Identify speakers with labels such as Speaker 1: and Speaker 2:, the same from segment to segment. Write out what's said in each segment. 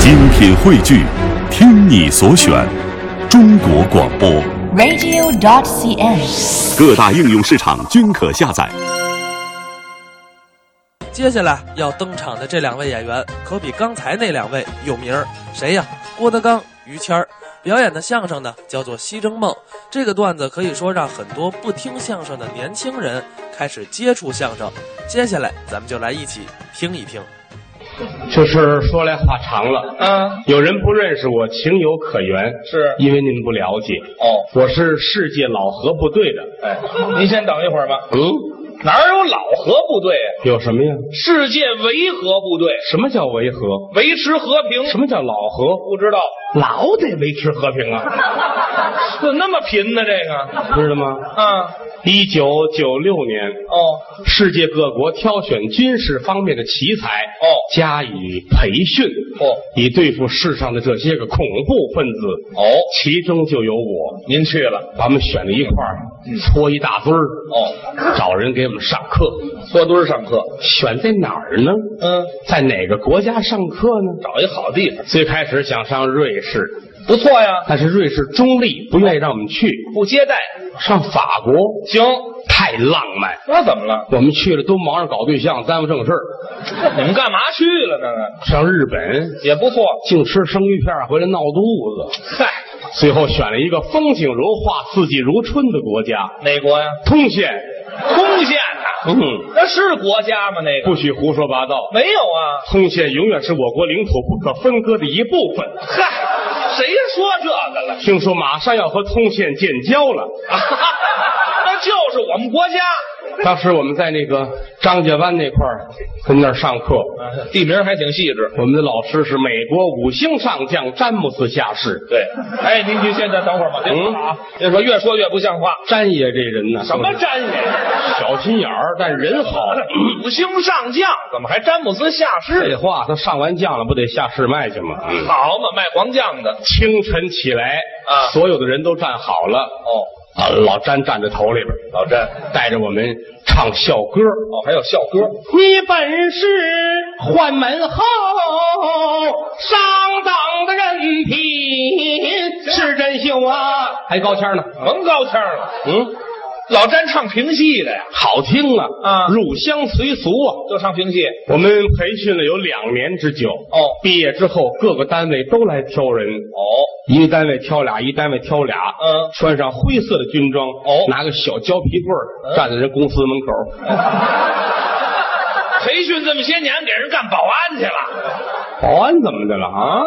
Speaker 1: 精品汇聚，听你所选，中国广播。
Speaker 2: radio.cn。
Speaker 1: 各大应用市场均可下载。
Speaker 3: 接下来要登场的这两位演员，可比刚才那两位有名儿。谁呀？郭德纲、于谦儿。表演的相声呢，叫做《西征梦》。这个段子可以说让很多不听相声的年轻人开始接触相声。接下来，咱们就来一起听一听。
Speaker 4: 就是说来话长了，
Speaker 5: 啊，
Speaker 4: 有人不认识我，情有可原，
Speaker 5: 是
Speaker 4: 因为您不了解。
Speaker 5: 哦，
Speaker 4: 我是世界老河部队的。
Speaker 5: 哎，您先等一会儿吧。
Speaker 4: 嗯，
Speaker 5: 哪有老河部队啊？
Speaker 4: 有什么呀？
Speaker 5: 世界维和部队，
Speaker 4: 什么叫维和？
Speaker 5: 维持和平。
Speaker 4: 什么叫老河？
Speaker 5: 不知道？
Speaker 4: 老得维持和平 啊，
Speaker 5: 怎么那么贫呢？这个
Speaker 4: 知道吗？
Speaker 5: 啊，
Speaker 4: 一九九六年，
Speaker 5: 哦，
Speaker 4: 世界各国挑选军事方面的奇才，
Speaker 5: 哦
Speaker 4: 加以培训，
Speaker 5: 哦，
Speaker 4: 以对付世上的这些个恐怖分子。
Speaker 5: 哦，
Speaker 4: 其中就有我，
Speaker 5: 您去了？
Speaker 4: 把我们选在一块儿，搓一大堆儿，
Speaker 5: 嗯哦，
Speaker 4: 找人给我们上课。
Speaker 5: 搓堆儿上课。
Speaker 4: 选在哪儿呢？
Speaker 5: 嗯，
Speaker 4: 在哪个国家上课呢？
Speaker 5: 找一好地方，
Speaker 4: 最开始想上瑞士，
Speaker 5: 不错呀，
Speaker 4: 但是瑞士中立，不愿意让我们去。
Speaker 5: 不接待。
Speaker 4: 上法国
Speaker 5: 行，
Speaker 4: 太浪漫，
Speaker 5: 那怎么了？
Speaker 4: 我们去了都忙着搞对象，耽误正事儿。
Speaker 5: 你们干嘛去了呢？
Speaker 4: 上日本
Speaker 5: 也不错。
Speaker 4: 净吃生鱼片，回来闹肚子。
Speaker 5: 嗨，
Speaker 4: 最后选了一个风景如画、四季如春的国家
Speaker 5: 哪国呀？
Speaker 4: ——通县。
Speaker 5: 通县呐，
Speaker 4: 嗯，
Speaker 5: 那是国家吗？那个
Speaker 4: 不许胡说八道。
Speaker 5: 没有啊。
Speaker 4: 通县永远是我国领土不可分割的一部分。
Speaker 5: 嗨，谁说这个了？
Speaker 4: 听说马上要和通县建交了。
Speaker 5: 那就是我们国家。
Speaker 4: 当时我们在那个张家湾那块儿跟那儿上课，
Speaker 5: 地名还挺细致。
Speaker 4: 我们的老师是美国五星上将詹姆斯下士。
Speaker 5: 对，哎，您您现在等会儿吧，别说了啊，别说，越说越不像话。
Speaker 4: 詹爷这人呢，
Speaker 5: 什么詹 爷？
Speaker 4: 小心眼儿，但人好。
Speaker 5: 五星上将，怎么还詹姆斯下
Speaker 4: 废
Speaker 5: 士？
Speaker 4: 话，他上完将了，不得下市卖去吗？嗯
Speaker 5: 好嘛，卖黄酱的。
Speaker 4: 清晨起来
Speaker 5: 啊
Speaker 4: 所有的人都站好了，
Speaker 5: 哦，
Speaker 4: 啊，老詹站在头里边，
Speaker 5: 老詹。
Speaker 4: 带着我们唱校歌。
Speaker 5: 哦，还有校歌。
Speaker 4: 你本是宦门后上等的人品，是真秀啊，还高腔呢，
Speaker 5: 甭高腔了，
Speaker 4: 嗯，
Speaker 5: 老詹唱评戏的呀，
Speaker 4: 好听啊，
Speaker 5: 啊
Speaker 4: 入乡随俗啊。
Speaker 5: 就唱评戏。
Speaker 4: 我们培训了有两年之久，
Speaker 5: 哦
Speaker 4: 毕业之后各个单位都来挑人，
Speaker 5: 哦，
Speaker 4: 一个单位挑俩，一单位挑俩，
Speaker 5: 嗯
Speaker 4: 穿上灰色的军装，
Speaker 5: 哦嗯
Speaker 4: 拿个小胶皮棍儿站在人公司门口，
Speaker 5: 培训这么些年，给人干保安去了。
Speaker 4: 保安怎么的了啊？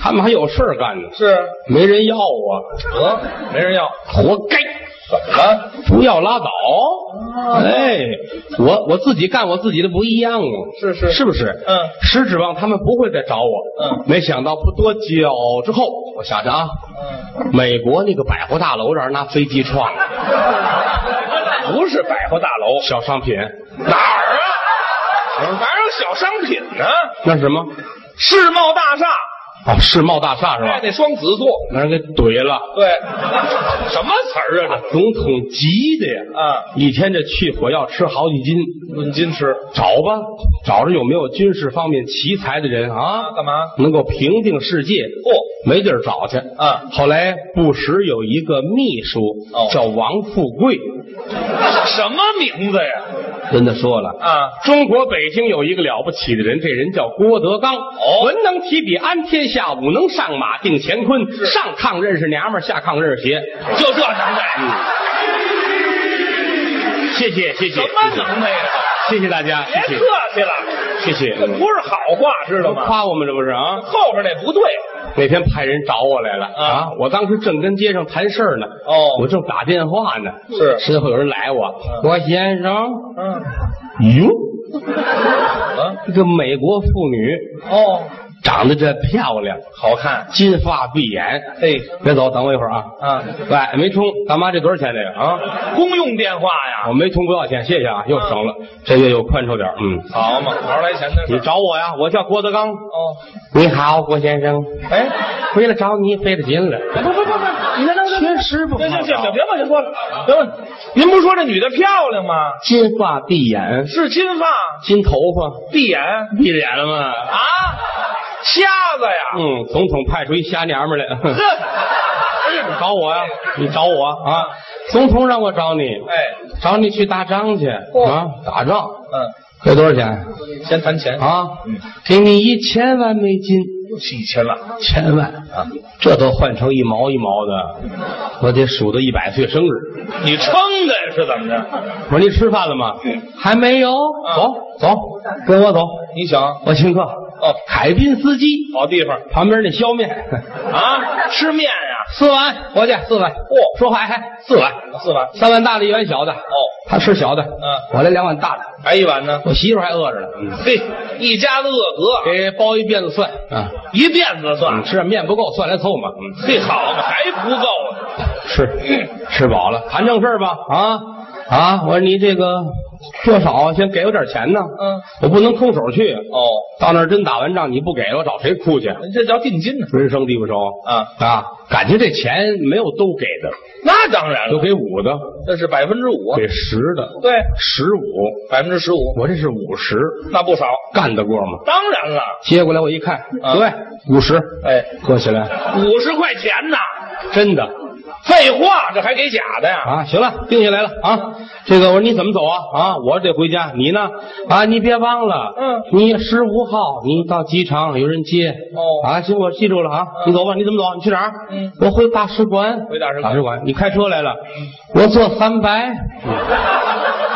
Speaker 4: 他们还有事儿干呢，
Speaker 5: 是，
Speaker 4: 没人要啊，
Speaker 5: 得没人要，
Speaker 4: 活该。
Speaker 5: 怎么了？啊
Speaker 4: 不要拉倒。哎，我我自己干我自己的不一样啊，
Speaker 5: 是是
Speaker 4: 是不是？
Speaker 5: 嗯
Speaker 4: 实指望他们不会再找我。
Speaker 5: 嗯，
Speaker 4: 没想到不多久之后，我想想啊，
Speaker 5: 嗯
Speaker 4: 美国那个百货大楼让人拿飞机撞了，
Speaker 5: 不是百货大楼，
Speaker 4: 小商品
Speaker 5: 哪儿啊？哪有小商品呢？
Speaker 4: 那是什么？
Speaker 5: 世贸大厦，
Speaker 4: 哦，世贸大厦是吧
Speaker 5: 哎，？那双子座，
Speaker 4: 让人给怼了。
Speaker 5: 对，什么词儿啊？
Speaker 4: 总统急的呀，
Speaker 5: 啊，
Speaker 4: 一天这去火药吃好几斤，
Speaker 5: 这论斤吃
Speaker 4: 找吧，找着有没有军事方面奇才的人啊
Speaker 5: 啊？？干嘛？
Speaker 4: 能够平定世界，
Speaker 5: 嚯，
Speaker 4: 没地儿找去
Speaker 5: 啊
Speaker 4: 后来不时有一个秘书、
Speaker 5: 哦
Speaker 4: 叫王富贵，
Speaker 5: 什么名字呀？
Speaker 4: 跟他说了。
Speaker 5: 啊，
Speaker 4: 中国北京有一个了不起的人，这人叫郭德纲。
Speaker 5: 哦
Speaker 4: 文能提笔安天下，武能上马定乾坤。上炕认识娘们儿，下炕认识鞋。
Speaker 5: 就这能耐，
Speaker 4: 谢谢谢谢，
Speaker 5: 什么能耐呀？
Speaker 4: 谢谢大家，
Speaker 5: 别
Speaker 4: 谢
Speaker 5: 客气了，
Speaker 4: 谢谢谢。
Speaker 5: 这不是好话，知道吗？
Speaker 4: 夸我们这不是啊？
Speaker 5: 后边那不对，
Speaker 4: 那天派人找我来了
Speaker 5: 啊
Speaker 4: 啊！我当时正跟街上谈事儿呢，
Speaker 5: 哦
Speaker 4: 我正打电话呢，
Speaker 5: 是
Speaker 4: 身后有人来我，我先生，
Speaker 5: 嗯，
Speaker 4: 哟，
Speaker 5: 啊，
Speaker 4: 这个美国妇女
Speaker 5: 哦，
Speaker 4: 长得这漂亮，
Speaker 5: 好看，
Speaker 4: 金发碧眼，
Speaker 5: 哎，
Speaker 4: 别走，等我一会儿啊！
Speaker 5: 啊，
Speaker 4: 喂，没充，大妈这多少钱这个啊？
Speaker 5: 公用电话呀，
Speaker 4: 我没充不要钱，谢谢啊，又省了，这月又宽敞点儿，嗯。
Speaker 5: 好嘛，玩来钱的事
Speaker 4: 你
Speaker 5: 儿。
Speaker 4: 找我呀？我叫郭德纲。
Speaker 5: 哦，
Speaker 4: 你好，郭先生，
Speaker 5: 哎。
Speaker 4: 为了找你费了劲了。
Speaker 5: 不不不不，你等等，
Speaker 4: 确实不好
Speaker 5: 行行行
Speaker 4: 找
Speaker 5: 行，别往下说了，别往。您不说这女的漂亮吗？
Speaker 4: 金发碧眼，
Speaker 5: 是金发
Speaker 4: 金头发，
Speaker 5: 碧眼啊？
Speaker 4: 闭着眼了吗？
Speaker 5: 瞎子呀！
Speaker 4: 嗯，总统派出一瞎娘们儿来，
Speaker 5: 呵，
Speaker 4: 找我呀！你找我啊！总统让我找你，
Speaker 5: 哎，
Speaker 4: 找你去打仗去
Speaker 5: 嚯
Speaker 4: 啊！打仗，
Speaker 5: 嗯，
Speaker 4: 给多少钱
Speaker 5: 先谈钱，
Speaker 4: 啊
Speaker 5: 嗯？
Speaker 4: 给你一千万美金，
Speaker 5: 又是一千万
Speaker 4: 千万！
Speaker 5: 啊！
Speaker 4: 这都换成一毛一毛的，我得数到一百岁生日。
Speaker 5: 你撑的呀是怎么着？
Speaker 4: 我说你吃饭了吗？还没有，走走，跟我走，
Speaker 5: 嗯你想
Speaker 4: 我请客。
Speaker 5: 哦，
Speaker 4: 海滨司机
Speaker 5: 好地方
Speaker 4: 旁边那削面，
Speaker 5: 啊，吃面呀，
Speaker 4: 四碗，我去四碗。
Speaker 5: 嚯
Speaker 4: 说话还四碗，
Speaker 5: 四碗
Speaker 4: 三碗大的，一碗小的。哦，他吃小的，
Speaker 5: 嗯，
Speaker 4: 我来两碗大的。
Speaker 5: 还一碗呢？
Speaker 4: 我媳妇还饿着呢，嗯，
Speaker 5: 嘿，一家子饿格，
Speaker 4: 给包一辫子蒜啊，
Speaker 5: 一辫子蒜，
Speaker 4: 吃点面不够，蒜来凑嘛，嗯，
Speaker 5: 嘿，好嘛，还不够啊呢？
Speaker 4: 吃吃饱了，谈正事儿吧，啊啊，我说你这个多少先给我点钱呢，
Speaker 5: 嗯，
Speaker 4: 我不能空手去，
Speaker 5: 哦，
Speaker 4: 到那儿真打完仗你不给我找谁哭去？
Speaker 5: 这叫定金呢
Speaker 4: 人生地不熟
Speaker 5: 啊！
Speaker 4: 啊，感情这钱没有都给的，
Speaker 5: 那当然
Speaker 4: 有
Speaker 5: 了，
Speaker 4: 给五的，
Speaker 5: 这是百分之五，啊
Speaker 4: 给十的，
Speaker 5: 对，
Speaker 4: 十五，
Speaker 5: 百分之十五，
Speaker 4: 我这是五十，
Speaker 5: 那不少。
Speaker 4: 干得过吗？
Speaker 5: 当然了，
Speaker 4: 接过来我一看，
Speaker 5: 啊
Speaker 4: 对，五十，
Speaker 5: 哎，
Speaker 4: 搁起来，
Speaker 5: 五十块钱呐，
Speaker 4: 真的。
Speaker 5: 废话，这还给假的呀？
Speaker 4: 啊，行了，定下来了啊。这个我说你怎么走啊？啊，我得回家。你呢？啊，你别忘了，
Speaker 5: 嗯，
Speaker 4: 你十五号你到机场有人接。
Speaker 5: 哦
Speaker 4: 啊，行，我记住了啊。你走吧，你怎么走？你去哪儿？
Speaker 5: 嗯，
Speaker 4: 我回大使馆。
Speaker 5: 回大使馆嗯
Speaker 4: 大使馆，你开车来了，我坐三百。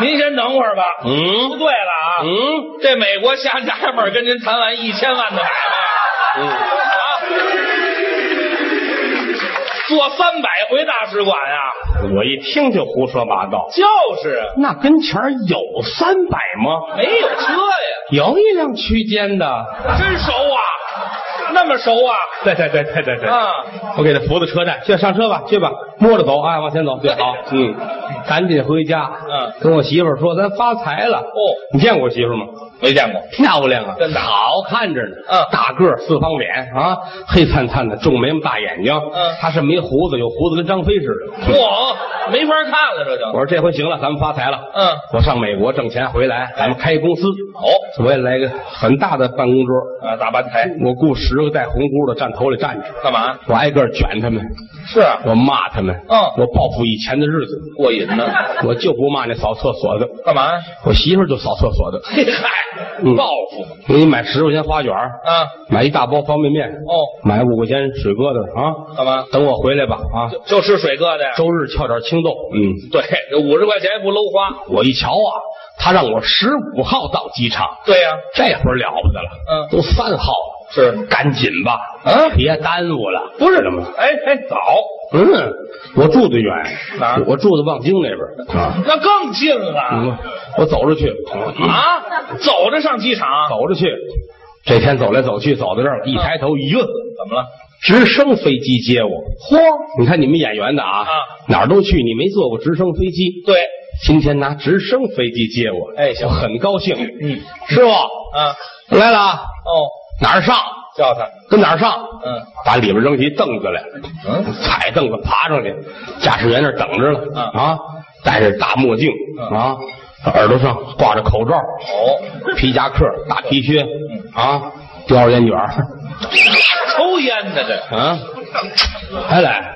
Speaker 5: 您先等会儿吧。不
Speaker 4: 嗯
Speaker 5: 对了啊，
Speaker 4: 嗯，
Speaker 5: 这美国瞎娘们儿跟您谈完一千万的啊买卖，
Speaker 4: 嗯
Speaker 5: 坐三百回大使馆呀、
Speaker 4: 我一听就胡说八道。
Speaker 5: 就是啊
Speaker 4: 那跟前儿有三百吗？
Speaker 5: 没有车呀，
Speaker 4: 有一辆区间的。
Speaker 5: 真熟啊，那么熟啊
Speaker 4: 对对对对对对
Speaker 5: 啊！
Speaker 4: 我给他扶到车站，去上车吧，去吧，摸着走，哎，往前走，对，好，嗯，赶紧回家，
Speaker 5: 嗯，
Speaker 4: 跟我媳妇儿说，咱发财了。
Speaker 5: 哦，
Speaker 4: 你见过我媳妇儿吗？
Speaker 5: 没见过，
Speaker 4: 漂亮啊，
Speaker 5: 真的
Speaker 4: 好看着呢。
Speaker 5: 嗯
Speaker 4: 大个儿，四方脸啊，黑灿灿的，重眉毛，大眼睛。
Speaker 5: 嗯
Speaker 4: 她是没胡子，有胡子跟张飞似的。
Speaker 5: 嚯，没法看了，这就
Speaker 4: 我说这回行了，咱们发财了。
Speaker 5: 嗯，哎
Speaker 4: 我上美国挣钱回来，咱们开公司。
Speaker 5: 哦
Speaker 4: 我也来个很大的办公桌，
Speaker 5: 啊，大班台
Speaker 4: 我雇十个戴红箍的站头里站着，
Speaker 5: 干嘛？
Speaker 4: 我挨个儿卷他们。
Speaker 5: 是啊，
Speaker 4: 我骂他们，
Speaker 5: 嗯
Speaker 4: 我报复以前的日子，
Speaker 5: 过瘾呢，
Speaker 4: 我就不骂那扫厕所的，
Speaker 5: 干嘛？
Speaker 4: 我媳妇儿就扫厕所的。
Speaker 5: 嘿嗨
Speaker 4: 嗯，
Speaker 5: 报复
Speaker 4: 我给你买十块钱花卷儿
Speaker 5: 啊！
Speaker 4: 买一大包方便面，
Speaker 5: 哦，
Speaker 4: 买五块钱水疙瘩啊，
Speaker 5: 干嘛？
Speaker 4: 等我回来吧啊，
Speaker 5: 就吃水疙瘩呀？
Speaker 4: 周日翘点青豆，嗯，
Speaker 5: 对，这五十块钱不搂花。
Speaker 4: 我一瞧啊，他让我十五号到机场，
Speaker 5: 对呀、
Speaker 4: 这会儿了不得了，
Speaker 5: 嗯
Speaker 4: 都三号了，
Speaker 5: 是
Speaker 4: 赶紧吧，
Speaker 5: 啊
Speaker 4: 别耽误了，
Speaker 5: 不是
Speaker 4: 知道吗？
Speaker 5: 哎哎，早，
Speaker 4: 嗯，我住的远，
Speaker 5: 哪儿
Speaker 4: 我住的望京那边儿啊，
Speaker 5: 那更近了
Speaker 4: 嗯我走着去啊
Speaker 5: 啊！走着上机场，
Speaker 4: 走着去。这天走来走去，走到这儿了，一
Speaker 5: 啊
Speaker 4: 抬头一晕，
Speaker 5: 嗯怎么了？
Speaker 4: 直升飞机接我。嚯！你看你们演员的啊，
Speaker 5: 啊
Speaker 4: 哪儿都去，你没坐过直升飞机。
Speaker 5: 对，
Speaker 4: 今天拿直升飞机接我，
Speaker 5: 哎
Speaker 4: 我
Speaker 5: 行
Speaker 4: 很高兴。
Speaker 5: 嗯，
Speaker 4: 师傅，
Speaker 5: 啊，
Speaker 4: 我来了啊，
Speaker 5: 哦，
Speaker 4: 哪儿上？
Speaker 5: 叫他，
Speaker 4: 跟哪儿上？
Speaker 5: 嗯
Speaker 4: 打里边扔起凳子来，
Speaker 5: 嗯，
Speaker 4: 踩凳子爬上去，驾驶员那儿等着了。
Speaker 5: 啊
Speaker 4: 啊，戴着大墨镜
Speaker 5: 嗯
Speaker 4: 啊，耳朵上挂着口罩，
Speaker 5: 哦，
Speaker 4: 皮夹克、大皮靴啊，叼着烟卷儿。
Speaker 5: 抽烟呢这，
Speaker 4: 啊，还哎来，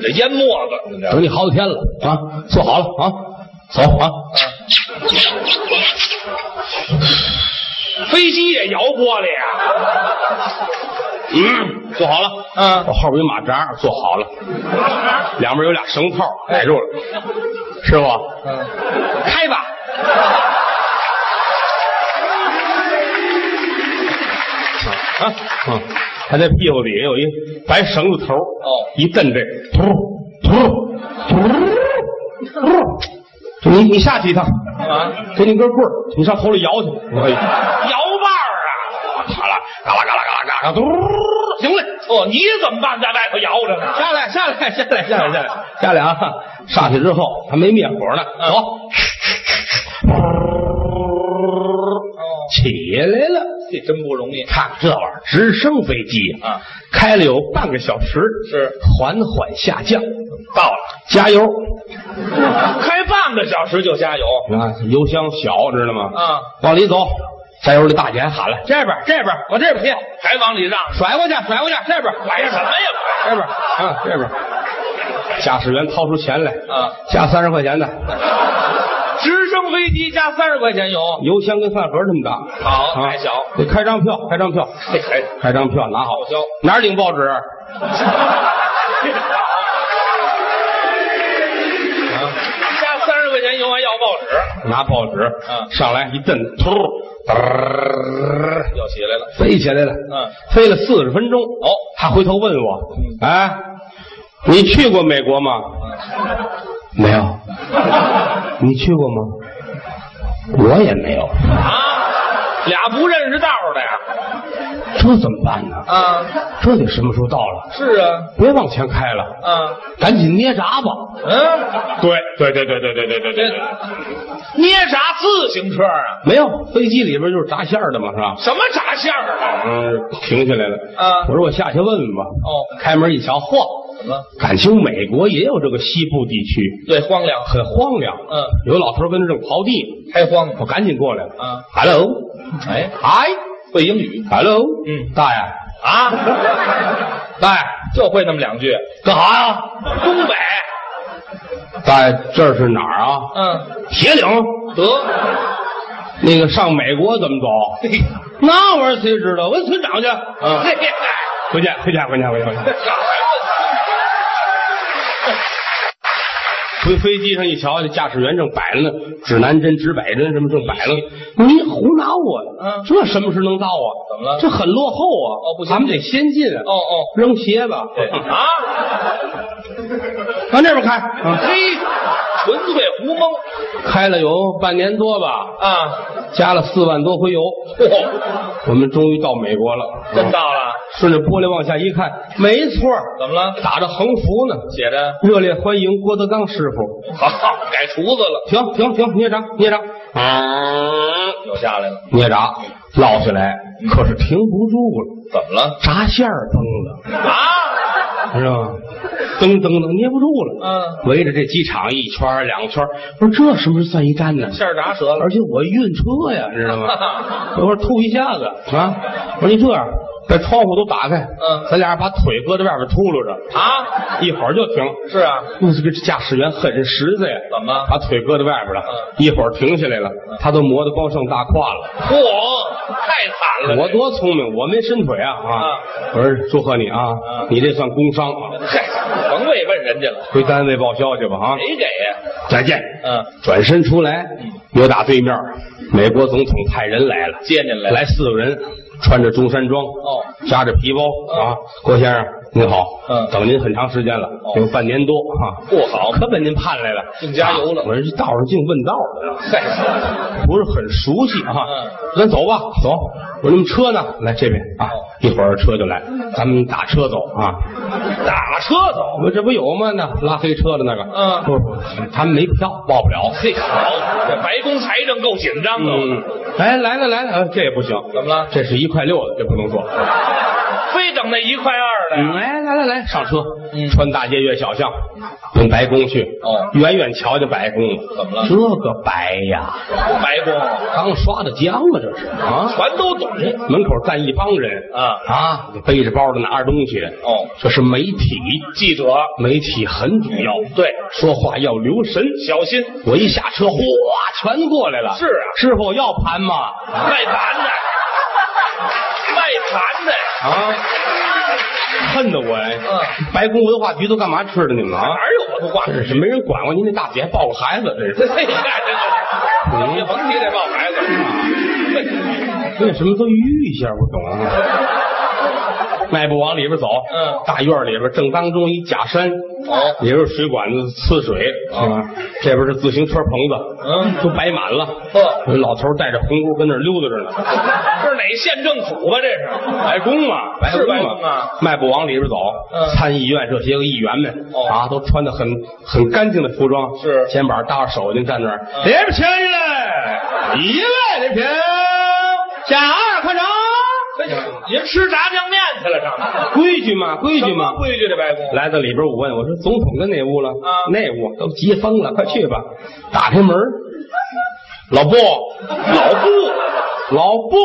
Speaker 5: 这烟沫子，你知道吗
Speaker 4: 等你好几天了啊，坐好了啊，走啊，
Speaker 5: 飞机也摇玻璃啊，
Speaker 4: 嗯，坐好了，
Speaker 5: 嗯
Speaker 4: 我后边有马扎，坐好了，两边有俩绳套逮住了，师傅，
Speaker 5: 嗯，开吧，
Speaker 4: 啊，嗯，他这屁股底下有一白绳子头，哦一蹬这，噗噗噗噗，你你下去一趟，
Speaker 5: 啊，
Speaker 4: 给你根棍儿，你上头里摇去，哎呀，
Speaker 5: 摇把儿啊，
Speaker 4: 嘎啦嘎啦嘎啦嘎啦嘎啦，嘟，行嘞。
Speaker 5: 哦，你怎么办？在外头摇着呢，
Speaker 4: 下来，下来，下来，下来，下来，下来啊！上去之后还没灭火呢，哎走，起来了。
Speaker 5: 这真不容易，
Speaker 4: 看这玩意儿，直升飞机
Speaker 5: 啊，
Speaker 4: 开了有半个小时，
Speaker 5: 是
Speaker 4: 缓缓下降，到了，加油
Speaker 5: 开半个小时就加油
Speaker 4: 啊！油箱小，知道吗？
Speaker 5: 啊，
Speaker 4: 往里走，山腰里大姐还喊了：“
Speaker 5: 这边儿这边儿，往这边儿贴，还往里让，
Speaker 4: 甩过去，甩过去，这边儿，
Speaker 5: 摆什么呀？
Speaker 4: 这边儿，啊，这边儿。”驾驶员掏出钱来，
Speaker 5: 啊，
Speaker 4: 加三十块钱的，
Speaker 5: 直升飞机加三十块钱有，
Speaker 4: 油箱跟饭盒那么大。
Speaker 5: 好
Speaker 4: 啊
Speaker 5: 还小，
Speaker 4: 得开张票，开张票，
Speaker 5: 这还
Speaker 4: 开张票，拿好
Speaker 5: 啊报销。
Speaker 4: 哪儿领报纸？啊，
Speaker 5: 加三十块钱有还要报纸，
Speaker 4: 拿报纸，
Speaker 5: 嗯
Speaker 4: 上来一蹬，突，嘚儿
Speaker 5: 要起来了。
Speaker 4: 飞起来了，
Speaker 5: 嗯，
Speaker 4: 飞了四十分钟。哦，他回头问我，哎，你去过美国吗？没有。你去过吗？我也没有。
Speaker 5: 啊，俩不认识道儿的呀？
Speaker 4: 这怎么办呢？
Speaker 5: 啊，
Speaker 4: 这得什么时候到了？
Speaker 5: 是啊，
Speaker 4: 别往前开了，
Speaker 5: 啊，
Speaker 4: 赶紧捏闸吧。
Speaker 5: 嗯，
Speaker 4: 对对对对对对对对
Speaker 5: 这捏啥自行车啊？
Speaker 4: 没有，飞机里边就是炸馅儿的嘛，是吧？
Speaker 5: 什么炸馅儿啊？
Speaker 4: 嗯，停下来了。
Speaker 5: 啊
Speaker 4: 我说我下去问问吧。
Speaker 5: 哦，
Speaker 4: 开门一瞧，嚯，
Speaker 5: 怎么？
Speaker 4: 感情美国也有这个西部地区，
Speaker 5: 对，荒凉，
Speaker 4: 很荒凉。
Speaker 5: 嗯，
Speaker 4: 有个老头跟着正刨地，
Speaker 5: 开荒
Speaker 4: 我赶紧过来了。
Speaker 5: 啊
Speaker 4: ，Hello，
Speaker 5: 哎，
Speaker 4: 嗨
Speaker 5: 会英语
Speaker 4: ，Hello，
Speaker 5: 嗯
Speaker 4: 大爷，
Speaker 5: 啊？
Speaker 4: 大爷，
Speaker 5: 就会那么两句。
Speaker 4: 干啥呀？
Speaker 5: 东北，
Speaker 4: 大爷，这是哪儿啊？
Speaker 5: 嗯，
Speaker 4: 铁岭，
Speaker 5: 得，
Speaker 4: 那个上美国怎么走？
Speaker 5: 啊
Speaker 4: 那玩意儿谁知道？问村长去。嗯，
Speaker 5: 嘿嘿
Speaker 4: 回去，回家，回家，回家，回家。回飞机上一瞧，这驾驶员正摆着呢，指南针、指摆针什么正摆着呢。你胡闹啊！
Speaker 5: 嗯
Speaker 4: 这什么时候能到啊？
Speaker 5: 怎么了
Speaker 4: 这很落后啊！
Speaker 5: 哦不行
Speaker 4: 咱们得先进啊！
Speaker 5: 哦哦，
Speaker 4: 扔鞋吧，
Speaker 5: 对啊，
Speaker 4: 往这边开。啊，
Speaker 5: 嘿，纯粹胡蒙
Speaker 4: 开了有半年多吧，
Speaker 5: 啊！
Speaker 4: 加了四万多回油，
Speaker 5: 嚯，
Speaker 4: 我们终于到美国了。
Speaker 5: 真
Speaker 4: 啊
Speaker 5: 到了，
Speaker 4: 顺着玻璃往下一看，没错儿，
Speaker 5: 怎么了？
Speaker 4: 打着横幅呢，
Speaker 5: 写着
Speaker 4: 热烈欢迎郭德纲师傅。
Speaker 5: 好，改厨子了，
Speaker 4: 停停停，捏闸捏闸，啊，
Speaker 5: 又下来了，
Speaker 4: 捏闸落下来，可是停不住了，
Speaker 5: 怎么了？
Speaker 4: 闸线儿崩了，
Speaker 5: 啊，
Speaker 4: 知道吗？噔噔噔，捏不住了。
Speaker 5: 嗯，
Speaker 4: 围着这机场一圈儿两圈儿，我说这什么时候算一站 呢？
Speaker 5: 馅儿炸折了，
Speaker 4: 而且我晕车呀，知道 吗？我说吐一下子啊！我说你这样，把窗户都打开，
Speaker 5: 嗯
Speaker 4: 咱俩把腿搁在外边秃噜着，
Speaker 5: 啊，
Speaker 4: 一会儿就停。
Speaker 5: 是啊，
Speaker 4: 那这个驾驶员很实在呀，
Speaker 5: 怎么
Speaker 4: 把腿搁在外边了，
Speaker 5: 嗯
Speaker 4: 一会儿停下来了，他都磨得光剩大胯了。
Speaker 5: 嚯，太惨了，
Speaker 4: 我多聪明，我没伸腿啊啊
Speaker 5: 啊！
Speaker 4: 我说祝贺你啊，
Speaker 5: 嗯
Speaker 4: 你这算工伤啊，
Speaker 5: 嗨，甭慰问人家了，
Speaker 4: 回单位报销去吧啊！
Speaker 5: 谁给呀？
Speaker 4: 再见。
Speaker 5: 哎嗯，
Speaker 4: 转身出来，约打对面，美国总统派人来了，
Speaker 5: 接您来，
Speaker 4: 来四个人，穿着中山装，
Speaker 5: 哦，
Speaker 4: 扎着皮包啊。郭先生您好，
Speaker 5: 嗯
Speaker 4: 等您很长时间了，
Speaker 5: 哦
Speaker 4: 有半年多哈。
Speaker 5: 不好，
Speaker 4: 可把您盼来了，
Speaker 5: 净加油了
Speaker 4: 啊我说这道上净问道了，
Speaker 5: 嗨，
Speaker 4: 不是很熟悉啊。
Speaker 5: 嗯
Speaker 4: 咱走吧，走。我说你们车呢？来这边啊，
Speaker 5: 哦
Speaker 4: 一会儿车就来，咱们打车走啊。
Speaker 5: 嗯打车走，
Speaker 4: 我们这不有吗？那拉黑车的那个，
Speaker 5: 嗯
Speaker 4: 不不，他们没票，报不了。
Speaker 5: 嘿，好，这白宫财政够紧张啊的，
Speaker 4: 嗯，哎，来了来了，呃这也不行，
Speaker 5: 怎么了？啊
Speaker 4: 这是一块六的，这不能说。
Speaker 5: 非整那一块二的
Speaker 4: 嗯，
Speaker 5: 呀？
Speaker 4: 哎，来来来，上车，
Speaker 5: 嗯
Speaker 4: 穿大街越小巷，奔白宫去。
Speaker 5: 哦
Speaker 4: 远远瞧见白宫了，
Speaker 5: 怎么了
Speaker 4: 这个白呀，
Speaker 5: 白宫
Speaker 4: 刚刷的浆啊，这是啊。
Speaker 5: 全都懂
Speaker 4: 门口站一帮人
Speaker 5: 啊
Speaker 4: 啊，背着包的拿着东西。
Speaker 5: 哦，
Speaker 4: 这是媒体，
Speaker 5: 记者
Speaker 4: 媒体很主要，
Speaker 5: 对，
Speaker 4: 说话要留神。
Speaker 5: 小心
Speaker 4: 我一下车，哗，全过来了。
Speaker 5: 是啊
Speaker 4: 师傅要盘吗？啊
Speaker 5: 卖盘的，卖盘的，
Speaker 4: 啊，恨得我呀！
Speaker 5: 嗯
Speaker 4: 白宫文化局都干嘛吃的你们啊？
Speaker 5: 哪有我的话？
Speaker 4: 真是没人管过您那大姐还抱个孩子，真是
Speaker 5: 嘿，你看这
Speaker 4: 嗯
Speaker 5: 个，你甭提这抱孩子，
Speaker 4: 为什么都吁一下不懂 啊？迈步往里边走，
Speaker 5: 嗯
Speaker 4: 大院里边正当中一假山，
Speaker 5: 哦
Speaker 4: 里边有水管子呲水，
Speaker 5: 哦
Speaker 4: 是吧？这边是自行车棚子，
Speaker 5: 嗯
Speaker 4: 都摆满了。
Speaker 5: 呵
Speaker 4: 有老头带着红箍跟那儿溜达着 呢，
Speaker 5: 这是哪县政府啊吧？这是
Speaker 4: 白宫嘛，白
Speaker 5: 是白
Speaker 4: 宫
Speaker 5: 宫啊，
Speaker 4: 迈步往里边走，
Speaker 5: 嗯
Speaker 4: 参议院这些个议员们
Speaker 5: 哦
Speaker 4: 啊，都穿的很很干净的服装，
Speaker 5: 是
Speaker 4: 肩膀搭着手巾站那儿，
Speaker 5: 嗯
Speaker 4: 里边请一位，一位礼品，下二快
Speaker 5: 哎
Speaker 4: 成，
Speaker 5: 您吃炸酱面去了，上哪？
Speaker 4: 规矩嘛，规矩嘛
Speaker 5: 什么。规矩这白宫
Speaker 4: 来到里边，我问我说：“总统跟哪屋了？”
Speaker 5: 啊
Speaker 4: 那屋都急疯了，快去吧！打开门，老布，
Speaker 5: 老布
Speaker 4: 老布，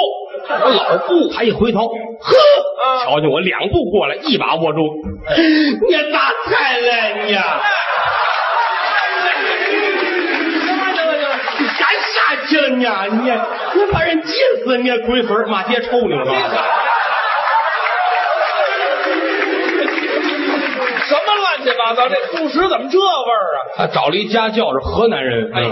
Speaker 4: 我老布，他一回头，呵，瞧见我两步过来，一把握住， 你咋才来你？ 你干啥去了你？啊你你把人急死，你鬼孙儿骂街抽你了吗？
Speaker 5: 什么乱七八糟？这素食怎么这味儿啊？
Speaker 4: 他找了一家教是河南人，哎，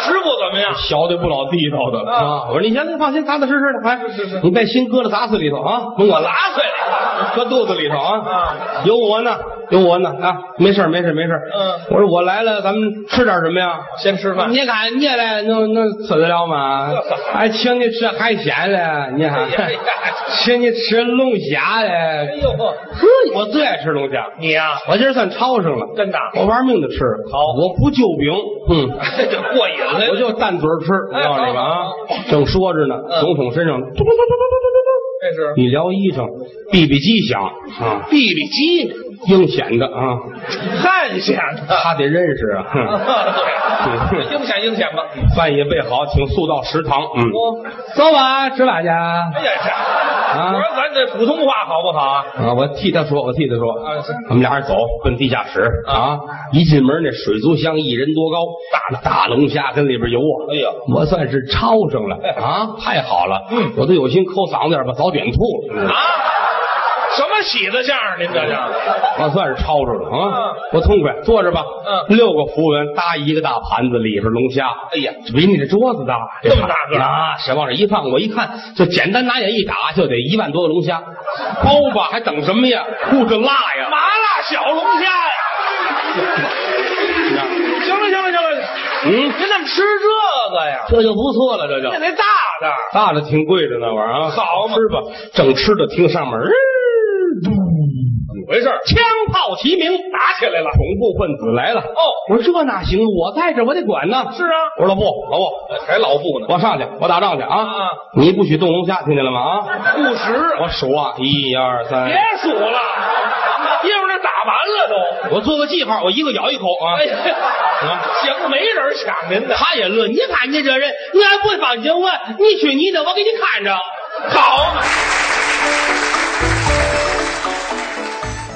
Speaker 5: 师傅怎么 样？
Speaker 4: 小的不老地道的
Speaker 5: 啊
Speaker 4: 啊！我说你行，你放心，踏踏实实的，哎，你带心搁到杂碎里头啊，甭管拉碎了， 搁肚子里头啊
Speaker 5: 啊，
Speaker 4: 有我呢，有我呢啊，没事儿没事儿没事儿，
Speaker 5: 嗯
Speaker 4: 我说我来了，咱们吃点什么呀？
Speaker 5: 先吃饭。
Speaker 4: 你敢你来，那那吃得了 吗？还请你吃海鲜嘞，你还
Speaker 5: 哎呀
Speaker 4: 请你吃龙虾
Speaker 5: 哎
Speaker 4: 嘞，
Speaker 5: 呦呵，
Speaker 4: 呵，我最爱吃啊哦龙虾，
Speaker 5: 你呀、
Speaker 4: 我今儿算超上了，
Speaker 5: 真的啊
Speaker 4: 我玩命的吃，
Speaker 5: 好
Speaker 4: 我不就饼，嗯。
Speaker 5: 这就过瘾了。
Speaker 4: 我就淡嘴儿吃，我
Speaker 5: 哎
Speaker 4: 告诉你们啊
Speaker 5: 好嗯好，
Speaker 4: 正说着呢，总统身上嘟嘟嘟嘟嘟嘟
Speaker 5: 这是
Speaker 4: 嘟一撩衣裳，哔哔机响啊，
Speaker 5: 哔哔机，
Speaker 4: 应显的啊，
Speaker 5: 汉显的。
Speaker 4: 他得认识啊。
Speaker 5: 嗯
Speaker 4: 哼
Speaker 5: 对，应显应显吧。
Speaker 4: 饭也备好，请速到食堂。嗯，
Speaker 5: 我，
Speaker 4: 走吧，吃哪去啊？
Speaker 5: 哎呀，我说咱这普通话好不好啊？
Speaker 4: 啊，我替他说，我替他说
Speaker 5: 啊是，
Speaker 4: 我们俩人走奔地下室啊！一进门那水族箱一人多高，大的大龙虾跟里边游啊！
Speaker 5: 哎呀哎
Speaker 4: 我算是抄上了啊！太好了，
Speaker 5: 嗯
Speaker 4: 我都有心抠嗓子眼儿，把早点吐了。
Speaker 5: 啊，什么喜子相声？您这是？
Speaker 4: 我算是抄着了啊
Speaker 5: 嗯！
Speaker 4: 我痛快，坐着吧。
Speaker 5: 嗯
Speaker 4: 六个服务员搭一个大盘子，里边龙虾。
Speaker 5: 哎呀
Speaker 4: 比你这桌子大，
Speaker 5: 这么大个儿
Speaker 4: 啊！谁往这一放，我一看，就简单拿眼一打，就得一万多个龙虾，包吧，还等什么呀？顾着辣呀！
Speaker 5: 麻辣小龙虾呀！行了行了行了，
Speaker 4: 嗯，
Speaker 5: 您怎么吃这个呀？
Speaker 4: 这就不错了，这就
Speaker 5: 那那大的。
Speaker 4: 大的挺贵的那玩意儿啊，
Speaker 5: 好嘛嗯
Speaker 4: 吃吧，正吃着听上面儿嘟
Speaker 5: 回事儿
Speaker 4: 枪炮齐鸣，打起来了，恐怖分子来了。哦我说这哪行？我在这儿我得管呢。
Speaker 5: 是啊
Speaker 4: 我说老布，老布，
Speaker 5: 还老布呢，
Speaker 4: 我上去，我打仗去啊
Speaker 5: 啊！
Speaker 4: 你不许动龙虾，听见了吗？啊！
Speaker 5: 不实，
Speaker 4: 我数啊，一二三
Speaker 5: 别，数了，一会儿这打完了都。
Speaker 4: 我做个记号，我一个咬一口啊
Speaker 5: 哎。呀，
Speaker 4: 啊
Speaker 5: 行，没人抢您的，
Speaker 4: 他也乐，你看你这人，你还不放心我，你去你的，我给你看着。
Speaker 5: 好嘛。